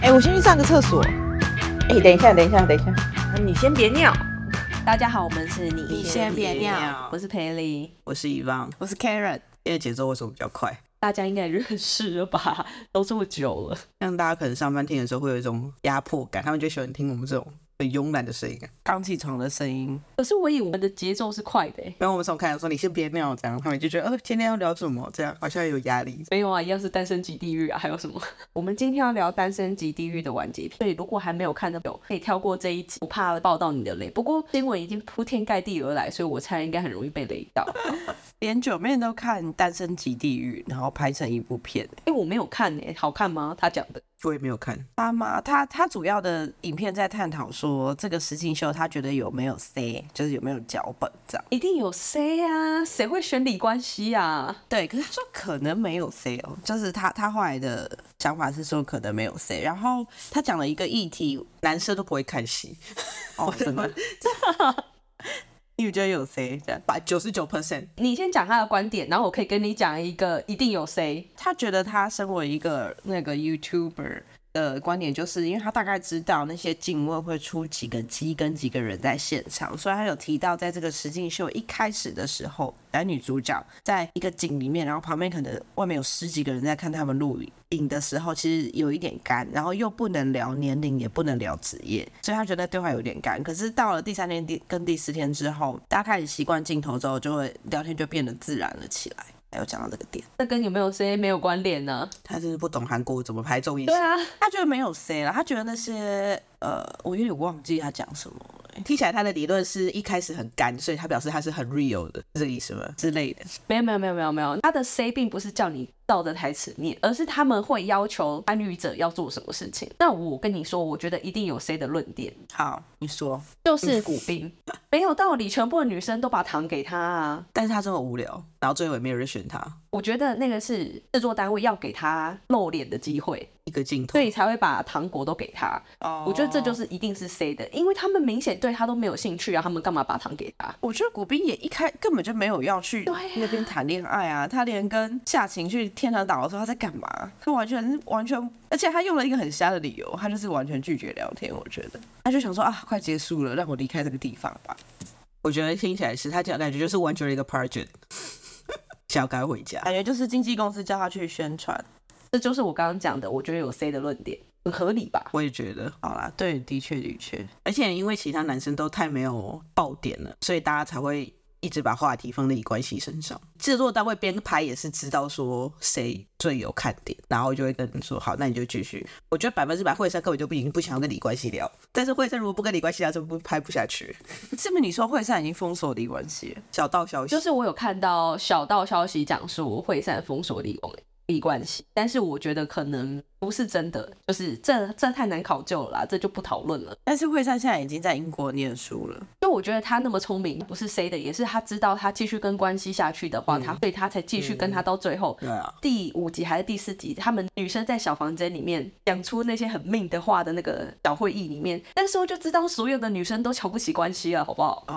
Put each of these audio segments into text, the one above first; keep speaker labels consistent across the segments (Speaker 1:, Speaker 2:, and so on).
Speaker 1: 哎、我先去上个厕所。
Speaker 2: 哎、等一下，等一下，等一下，
Speaker 3: 啊你先别尿。大家好，我们是你
Speaker 1: 你先别尿
Speaker 3: 我是裴丽，
Speaker 4: 我是遗忘，
Speaker 1: 我是 Karen，
Speaker 4: 现在节奏为什么比较快？
Speaker 3: 大家应该也认识了吧？ 都这么久了，
Speaker 4: 像大家可能上班听的时候会有一种压迫感，他们就喜欢听我们这种很慵懒的声音啊。
Speaker 1: 刚起床的声音。
Speaker 3: 可是我以为我们的节奏是快的、欸，
Speaker 4: 然后我们从开始说你先别尿这样，他们就觉得哦今天要聊什么这样，好像有压力。
Speaker 3: 没有啊，一样是单身级地狱啊，还有什么？ 我们今天要聊单身级地狱的完结篇，所以如果还没有看的朋友，可以跳过这一集，不怕爆到你的雷。不过新闻已经铺天盖地而来，所以我猜应该很容易被雷 到。
Speaker 1: 连九妹都看《单身级地狱》，然后拍成一部片。
Speaker 3: 哎、我没有看诶、好看吗？他讲的。
Speaker 4: 我也没有看，
Speaker 1: 他妈，他他主要的影片在探讨说，这个实境秀他觉得有没有 C，就是有没有脚本这样。
Speaker 3: 一定有 C 啊，谁会选李冠希啊？
Speaker 1: 对，可是他说可能没有 C 哦，就是他他后来的想法是说可能没有 C。然后他讲了一个议题，
Speaker 4: 男生都不会看戏，
Speaker 1: 哦，真的， 你觉得有 C 这样？
Speaker 4: 百九十九 percent
Speaker 3: 你先讲他的观点，然后我可以跟你讲一个一定有 C。
Speaker 1: 他觉得他身为一个那个 YouTuber 的观点，就是因为他大概知道那些警卫会出几个鸡跟几个人在现场，所以他有提到，在这个实境秀一开始的时候，男女主角在一个井里面，然后旁边可能外面有十几个人在看他们录影的时候，其实有一点干，然后又不能聊年龄，也不能聊职业，所以他觉得对话有点干。可是到了第三天、第跟第四天之后，大家开始习惯镜头之后，就会聊天就变得自然了起来。还有讲到这个点。
Speaker 3: 这跟有没有 C 没有关联呢？
Speaker 4: 他真是不懂韩国怎么拍综艺
Speaker 3: 对，啊，
Speaker 1: 他觉得没有 C 了，他觉得那些呃，我有点忘记他讲什么了
Speaker 4: 听起来他的理论是一开始很干，所以他表示他是很 real 的，是这个意思吗？
Speaker 1: 之类的。
Speaker 3: 没有没有没有没有没有，他的 C 并不是叫你照着台词念，而是他们会要求参与者要做什么事情。那我跟你说，我觉得一定有 C 的论点，
Speaker 1: 好，你说
Speaker 3: 就是古冰没有道理，全部的女生都把糖给他啊。
Speaker 4: 但是他这么无聊，然后最后也没有人选他，
Speaker 3: 我觉得那个是制作单位要给他露脸的机会，
Speaker 4: 一个镜头
Speaker 3: 所以才会把糖果都给他。
Speaker 1: 哦
Speaker 3: 我觉得这就，是一定是 C 的，因为他们明显对他都没有兴趣啊，他们干嘛把糖给他？
Speaker 1: 我觉得古冰也一开根本就没有要去
Speaker 3: 对啊
Speaker 1: 那边谈恋爱啊，他连跟夏晴去天堂岛的时候他在干嘛？他完全完全，而且他用了一个很瞎的理由，他就是完全拒绝聊天。我觉得他就想说啊，快结束了，让我离开这个地方吧。
Speaker 4: 我觉得听起来是他讲，感觉就是完全的一个 project，想要赶快回家。
Speaker 1: 感觉就是经纪公司叫他去宣传。
Speaker 3: 这就是我刚刚讲的，我觉得有 C 的论点，很合理吧？
Speaker 4: 我也觉得，
Speaker 1: 好啦，对，的确的确，
Speaker 4: 而且因为其他男生都太没有爆点了，所以大家才会一直把话题放在李冠希身上。制作单位编排也是知道说谁最有看点，然后就会跟你说好，那你就继续。我觉得百分之百惠山根本就不已经不想要跟李冠希聊，但是惠山如果不跟李冠希聊，就不拍不下去。
Speaker 1: 是不是你说惠善已经封锁李冠希了？
Speaker 4: 小道消息
Speaker 3: 就是我有看到小道消息讲说会散封锁李光李冠希，但是我觉得可能不是真的，就是这这太难考究了啦，这就不讨论了。
Speaker 1: 但是惠善现在已经在英国念书了，
Speaker 3: 就我觉得他那么聪明，不是 C 的，也是他知道他继续跟关系下去的话，他所以他才继续跟他到最后。
Speaker 4: 对啊，
Speaker 3: 第五集还是第四集，他们女生在小房间里面讲出那些很命的话的那个小会议里面，那时候就知道所有的女生都瞧不起关系了，好不好？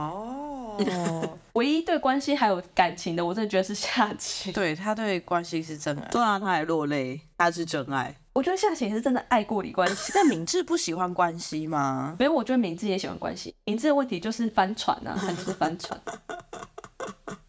Speaker 1: 哦，
Speaker 3: 唯一对关系还有感情的，我真的觉得是夏晴。
Speaker 1: 对他对关系是真爱，
Speaker 4: 对啊，他还落泪，他是真爱。
Speaker 3: 我觉得夏晴是真的爱过李冠希，
Speaker 1: 但敏智不喜欢关系吗？
Speaker 3: 没有，我觉得明智也喜欢关系。明智的问题就是翻船啊，他就是翻船。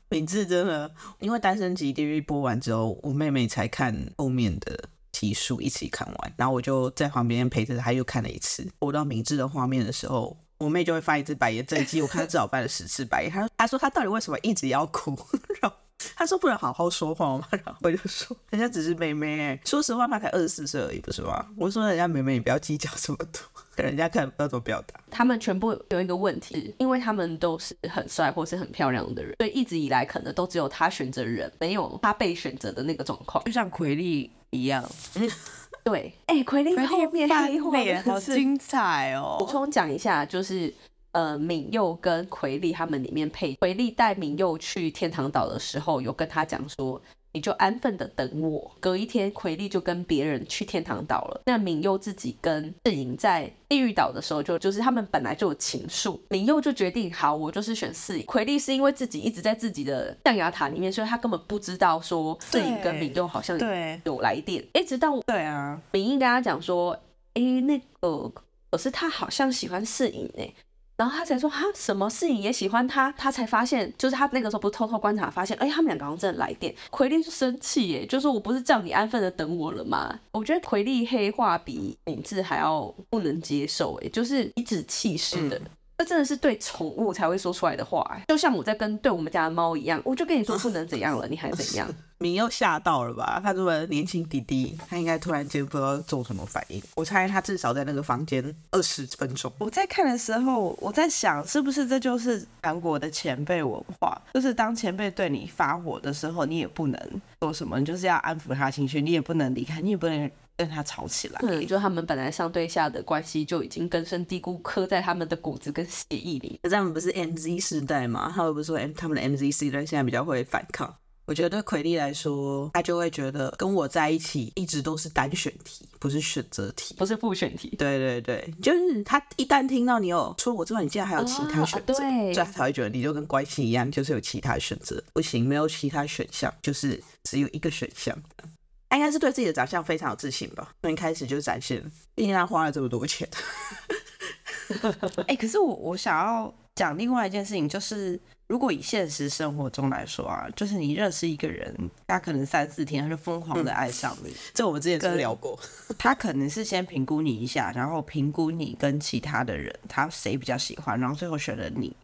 Speaker 4: 敏智真的，因为《单身级地狱》播完之后，我妹妹才看后面的集数一起看完，然后我就在旁边陪着她又看了一次。播到敏智的画面的时候，我妹就会翻一只白眼正畸，我看她至少翻了十次白眼。她她说她到底为什么一直要哭？ 然后她说不能好好说话吗？然 后我就说人家只是妹妹、欸，说实话她才二十四岁而已，不是吗？我说人家妹妹你不要计较这么多， 人家看不知道怎么表达。
Speaker 3: 他们全部有一个问题，因为他们都是很帅或是很漂亮的人，所以一直以来可能都只有他选择人，没有他被选择的那个状况。
Speaker 1: 就像奎丽一样，
Speaker 3: 对，哎、奎林后面黑化
Speaker 1: 脸好
Speaker 3: 的是。
Speaker 1: 精彩
Speaker 3: 补
Speaker 1: 哦！
Speaker 3: 充讲一下，就是呃，敏佑跟奎利他们里面配，奎利带敏佑去天堂岛的时候，有跟他讲说。你就安分的等我。隔一天，奎利就跟别人去天堂岛了。那敏佑自己跟志颖在地狱岛的时候就，就是他们本来就有情愫。敏佑就决定，好，我就是选四。奎利是因为自己一直在自己的象牙塔里面，所以他根本不知道说志颖跟
Speaker 1: 对
Speaker 3: 敏佑好像
Speaker 1: 对
Speaker 3: 有来电。一直到
Speaker 1: 对啊，
Speaker 3: 明英跟他讲说：“诶，那个可是他好像喜欢世颖诶。然后他才说哈什么世颖也喜欢他，他才发现就是他那个时候不是偷偷观察发现，哎、他们两个好像真的来电。奎利就生气耶，就说我不是叫你安分的等我了吗？我觉得奎利黑化比敏智还要不能接受哎，就是颐指气使的。这真的是对宠物才会说出来的话耶，就像我在跟对我们家的猫一样，我就跟你说不能怎样了，你还怎样？
Speaker 4: 明又吓到了吧？他这么年轻弟弟，他应该突然间不知道做什么反应。我猜他至少在那个房间二十分钟。
Speaker 1: 我在看的时候，我在想，是不是这就是韩国的前辈文化？就是当前辈对你发火的时候，你也不能说什么，你就是要安抚他情绪，你也不能离开，你也不能跟他吵起来。
Speaker 3: 对，就他们本来上对下的关系就已经根深蒂固，刻在他们的骨子跟血液里。
Speaker 4: 可是他们不是 MZ 世代嘛？他们不是说 M 他们的 MZ 世代现在比较会反抗。我觉得对奎利来说，他就会觉得跟我在一起一直都是单选题，不是选择题。
Speaker 3: 不是复选题，
Speaker 4: 对对对，就是他一旦听到你有除了我之外，你竟然还有其他
Speaker 3: 啊
Speaker 4: 选择，
Speaker 3: 对
Speaker 4: 所以他才会觉得你就跟关系一样，就是有其他选择，不行，没有其他选项，就是只有一个选项。他应该是对自己的长相非常有自信吧，从一开始就展现了，毕竟他花了这么多钱。
Speaker 1: 哎、可是我我想要讲另外一件事情，就是如果以现实生活中来说啊，就是你认识一个人，他可能三四天他就疯狂的爱上你，
Speaker 4: 这我们之前是不是
Speaker 1: 跟
Speaker 4: 聊过，
Speaker 1: 他可能是先评估你一下，然后评估你跟其他的人，他谁比较喜欢，然后最后选了你。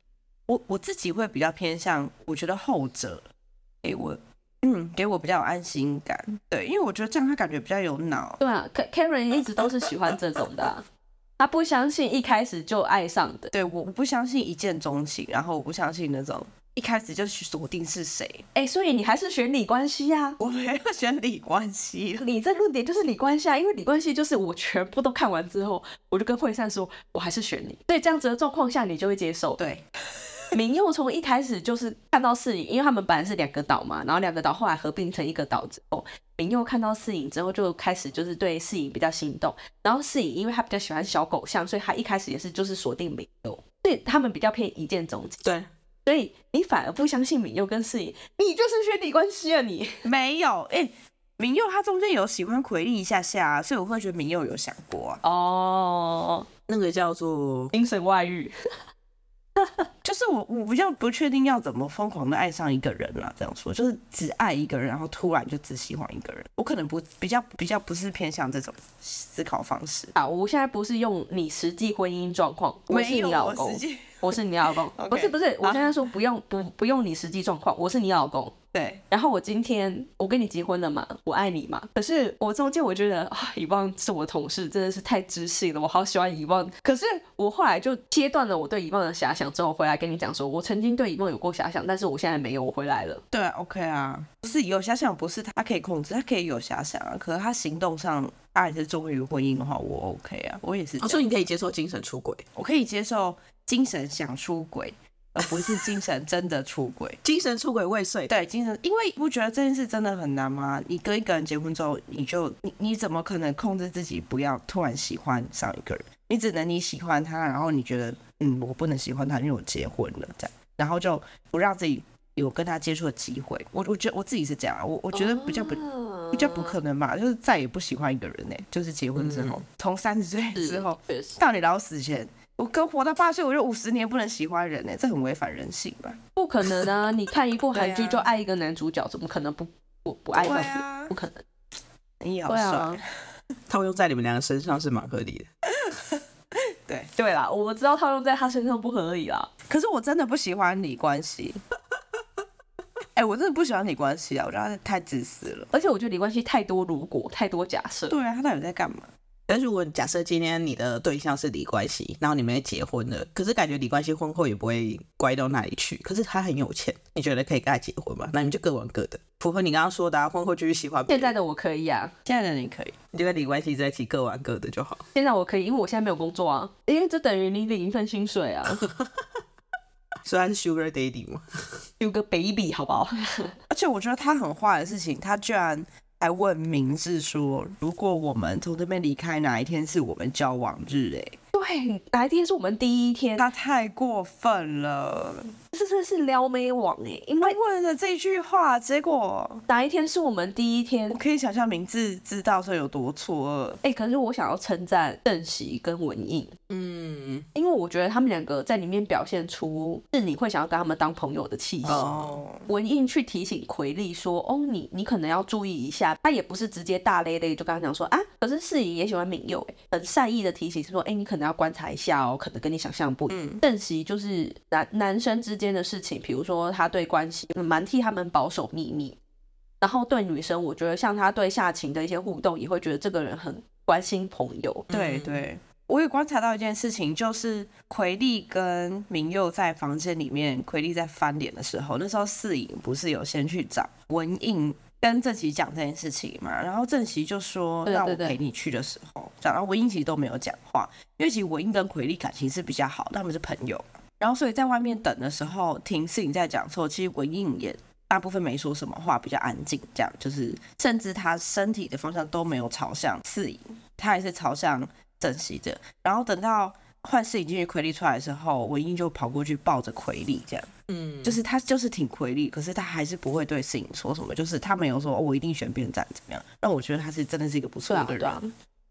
Speaker 1: 我我自己会比较偏向，我觉得后者给我，嗯，给我比较有安心感。对，因为我觉得这样他感觉比较有脑。
Speaker 3: 对啊，Ka-，Karen 一直都是喜欢这种的啊、他不相信一开始就爱上的。
Speaker 1: 对，我我不相信一见钟情，然后我不相信那种一开始就去锁定是谁，
Speaker 3: 哎、所以你还是选理关系啊？
Speaker 1: 我没有选理关系。
Speaker 3: 你这论点就是理关系啊，因为理关系就是我全部都看完之后，我就跟惠善说，我还是选你。对，这样子的状况下，你就会接受。
Speaker 1: 对，
Speaker 3: 明佑从一开始就是看到四影，因为他们本来是两个岛嘛，然后两个岛后来合并成一个岛之后，明佑看到四影之后就开始就是对四影比较心动，然后四影因为他比较喜欢小狗像，所以他一开始也是就是锁定明佑，所以他们比较偏一见钟情，
Speaker 4: 对，
Speaker 3: 所以你反而不相信明佑跟四影，你就是学理关系啊你。
Speaker 1: 没有。哎、明佑他中间有喜欢奎利一下下、啊，所以我会觉得明佑有想过啊。
Speaker 3: 哦，
Speaker 4: 那个叫做
Speaker 3: 精神外遇，
Speaker 1: 就是我我比较不确定要怎么疯狂的爱上一个人啦，这样说就是只爱一个人，然后突然就只喜欢一个人，我可能不比较比较不是偏向这种思考方式。
Speaker 3: 啊，我现在不是用你实际婚姻状况，我是
Speaker 1: 没
Speaker 3: 你
Speaker 1: 有
Speaker 3: 老
Speaker 1: 我
Speaker 3: 公
Speaker 1: 实，际
Speaker 3: 我是你老公，
Speaker 1: OK，
Speaker 3: 不是不是，我
Speaker 1: 好
Speaker 3: 现在说不用不不用你实际状况，我是你老公。
Speaker 1: 对
Speaker 3: 然后我今天我跟你结婚了嘛，我爱你嘛。可是我中间我觉得啊，遗忘是我同事，真的是太知性了，我好喜欢遗忘。可是我后来就切断了我对遗忘的遐想，之后回来跟你讲说，我曾经对遗忘有过遐想，但是我现在没有，我回来了。
Speaker 1: 对啊，OK 啊，不是有遐想，不是他可以控制，他可以有遐想啊，可是他行动上他还是忠于婚姻的话，我 OK 啊，我也是这
Speaker 4: 哦，
Speaker 1: 样，
Speaker 4: 所以你可以接受精神出轨，
Speaker 1: 我可以接受精神想出轨，而不是精神真的出轨。
Speaker 4: 精神出轨未遂。
Speaker 1: 对，精神，因为不觉得这件事真的很难吗？你跟一个人结婚之后，你就你你怎么可能控制自己不要突然喜欢上一个人？你只能你喜欢他，然后你觉得嗯，我不能喜欢他，因为我结婚了这样，然后就不让自己有跟他接触的机会。我我觉得我自己是这样啊，我我觉得比较不。比较
Speaker 3: 哦
Speaker 1: 不可能吧，就是再也不喜欢一个人呢、就是结婚之后，从三十岁之后
Speaker 3: 确实。
Speaker 1: 到你老死前，我跟活到八岁，我就五十年不能喜欢人欸呢、这很违反人性吧？
Speaker 3: 不可能啊！你看一部韩剧
Speaker 1: 对啊
Speaker 3: 就爱一个男主角，怎么可能不不不爱上
Speaker 1: 对
Speaker 3: 你？
Speaker 1: 啊
Speaker 3: 不可能。
Speaker 1: 你也好
Speaker 3: 对
Speaker 1: 帅，
Speaker 3: 啊，
Speaker 4: 套用在你们两个身上是蛮合理的。
Speaker 1: 对。
Speaker 3: 对啦，我知道套用在他身上不合理啦。
Speaker 1: 可是我真的不喜欢你关系。 哎、我真的不喜欢你关系啊！我觉得他太自私了。
Speaker 3: 而且我觉得李冠希太多如果，太多假设。
Speaker 1: 对啊，他到底在干嘛？
Speaker 4: 但是如果假设今天你的对象是李冠希，然后你们也结婚了，可是感觉李冠希婚后也不会乖到哪里去，可是他很有钱，你觉得可以跟他结婚吗？那你们就各玩各的，符合你刚刚说的、啊，婚后继续喜欢别
Speaker 3: 现
Speaker 4: 人，
Speaker 3: 在的我可以啊，
Speaker 1: 现在的你可以，
Speaker 4: 你就跟李冠希在一起各玩各的就好。
Speaker 3: 现在我可以，因为我现在没有工作啊，因为这等于你领一份薪水啊
Speaker 4: 虽然是 Sugar Daddy 嘛，
Speaker 3: 有个 baby 好不 好？
Speaker 1: 而且我觉得他很坏的事情，他居然还问明智说，如果我们从这边离开，哪一天是我们交往日、欸？
Speaker 3: 对，哪一天是我们第一天？
Speaker 1: 他太过分了。
Speaker 3: 这真的是撩妹王哎、因
Speaker 1: 他
Speaker 3: 为
Speaker 1: 问了这句话，结果
Speaker 3: 哪一天是我们第一天
Speaker 1: 我可以想象名字知道说有多错愕。
Speaker 3: 哎、可是我想要称赞郑喜跟文印，
Speaker 4: 嗯，
Speaker 3: 因为我觉得他们两个在里面表现出是你会想要跟他们当朋友的气息。
Speaker 1: 哦，
Speaker 3: 文印去提醒奎利说：“哦，你你可能要注意一下。”他也不是直接大咧咧就跟他讲说啊，可是世怡也喜欢敏佑，哎，很善意的提醒说：“哎、你可能要观察一下哦，可能跟你想象不一样。”正席就是男男生之间的事情，比如说他对关系蛮替他们保守秘密，然后对女生，我觉得像他对夏晴的一些互动，也会觉得这个人很关心朋友。
Speaker 1: 对对，我也观察到一件事情，就是奎利跟明佑在房间里面，奎利在翻脸的时候，那时候四影不是有先去找文印跟郑琪讲这件事情嘛，然后郑琪就说：“
Speaker 3: 对
Speaker 1: 那
Speaker 3: 对
Speaker 1: 我
Speaker 3: 对
Speaker 1: 陪你去的时候。”讲，然后文印其实都没有讲话，因为其实文印跟奎利感情是比较好的，他们是朋友。然后所以在外面等的时候，听四影在讲说，其实文印也大部分没说什么话，比较安静，这样就是甚至他身体的方向都没有朝向四影，他还是朝向珍惜着。然后等到换世影进去奎利出来的时候，文英就跑过去抱着奎利，这样，
Speaker 4: 嗯，
Speaker 1: 就是他就是挺奎利，可是他还是不会对世影说什么，就是他没有说、哦我一定选边站怎么样。那我觉得他是真的是一个不错
Speaker 3: 对啊，
Speaker 1: 的
Speaker 3: 对
Speaker 1: 人，
Speaker 3: 啊。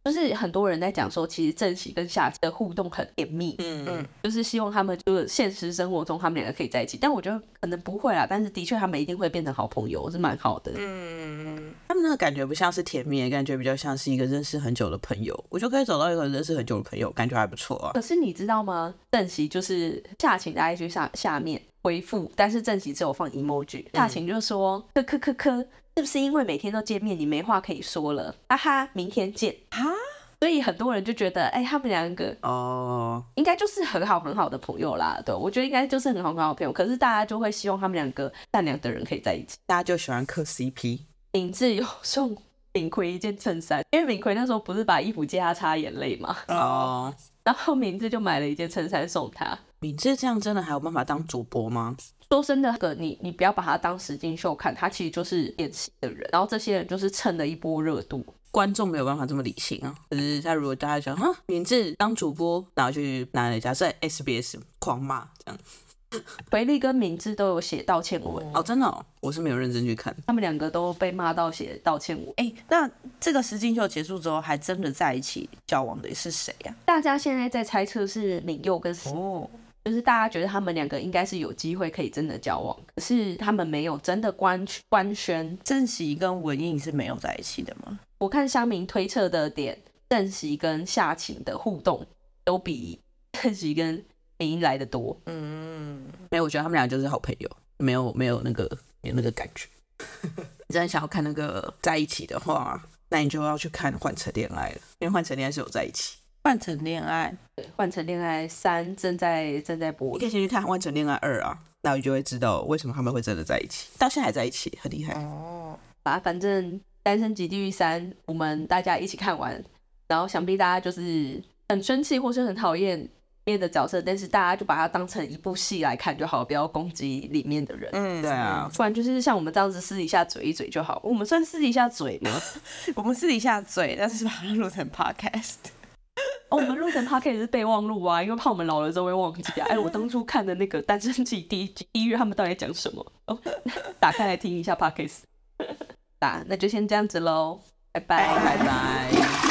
Speaker 3: 就是很多人在讲说，其实正喜跟夏晴的互动很甜蜜，
Speaker 4: 嗯
Speaker 1: 嗯
Speaker 3: 就是希望他们就是现实生活中他们两个可以在一起，但我觉得可能不会啦，但是的确他们一定会变成好朋友，是蛮好的。
Speaker 1: 嗯，
Speaker 4: 他们那个感觉不像是甜蜜，感觉比较像是一个认识很久的朋友。我就可以找到一个认识很久的朋友，感觉还不错啊。
Speaker 3: 可是你知道吗？正喜就是夏晴的 IG 下下面回复，但是正喜只有放 emoji，夏晴就说科科科科，是不是因为每天都见面，你没话可以说了？哈哈，明天见。
Speaker 1: 哈，
Speaker 3: 所以很多人就觉得，哎、他们两个
Speaker 4: 哦，
Speaker 3: 应该就是很好很好的朋友啦，对我觉得应该就是很好很好的朋友。可是大家就会希望他们两个善良的人可以在一起。
Speaker 4: 大家就喜欢磕 CP。
Speaker 3: 敏智有送 敏奎一件衬衫，因为敏奎那时候不是把衣服借他擦眼泪嘛，
Speaker 4: 哦，
Speaker 3: 然后敏智就买了一件衬衫送他。
Speaker 4: 敏智这样真的还有办法当主播吗？
Speaker 3: 说真的，个你你不要把他当实境秀看，他其实就是演戏的人，然后这些人就是蹭了一波热度。
Speaker 4: 观众没有办法这么理性啊。可是他如果大家讲啊，敏智当主播，然后去拿人家在 SBS 狂骂这样，
Speaker 3: 奎利跟敏智都有写道歉文，
Speaker 4: 哦，真的、哦，我是没有认真去看。
Speaker 3: 他们两个都被骂到写道歉文。
Speaker 1: 哎、那这个实境秀结束之后，还真的在一起交往的是谁啊呀、
Speaker 3: 大家现在在猜测是敏佑跟
Speaker 1: 哦，
Speaker 3: 就是大家觉得他们两个应该是有机会可以真的交往，可是他们没有真的官官宣。
Speaker 1: 郑喜跟文印是没有在一起的吗？
Speaker 3: 我看乡民推测的点，郑喜跟夏晴的互动都比 郑喜跟明英来的多。
Speaker 1: 嗯，
Speaker 4: 没有，我觉得他们俩就是好朋友，没有没有那个没有那个感 觉。你真的想要看那个在一起的话，那你就要去看《换成恋爱》了，因为《换成恋爱》是有在一起。
Speaker 1: 换成恋爱，
Speaker 3: 对，换成恋爱三正在正在播
Speaker 4: 你可，以先去看《换成恋爱二》啊，那你就会知道为什么他们会真的在一起，到现在还在一起，很厉害。
Speaker 1: 哦，
Speaker 3: 啊，反正《单身级地狱三》我们大家一起看完，然后想必大家就是很生气或是很讨厌里面的角色，但是大家就把它当成一部戏来看就好，不要攻击里面的人。
Speaker 1: 嗯，
Speaker 4: 对啊，
Speaker 3: 不然就是像我们这样子私底下嘴一嘴就好。我们算私底下嘴吗？
Speaker 1: 我们私底下嘴，但是把它录成 podcast。
Speaker 3: 哦，我们录成 p o d c a s t 是备忘录啊，因为怕我们老了之后会忘记啊。哎，我当初看的那个《单身级第一集》第一月，他们到底在讲什么？哦， 打开来听一下 p o d c a s t 打，那就先这样子喽，拜拜
Speaker 4: 拜拜。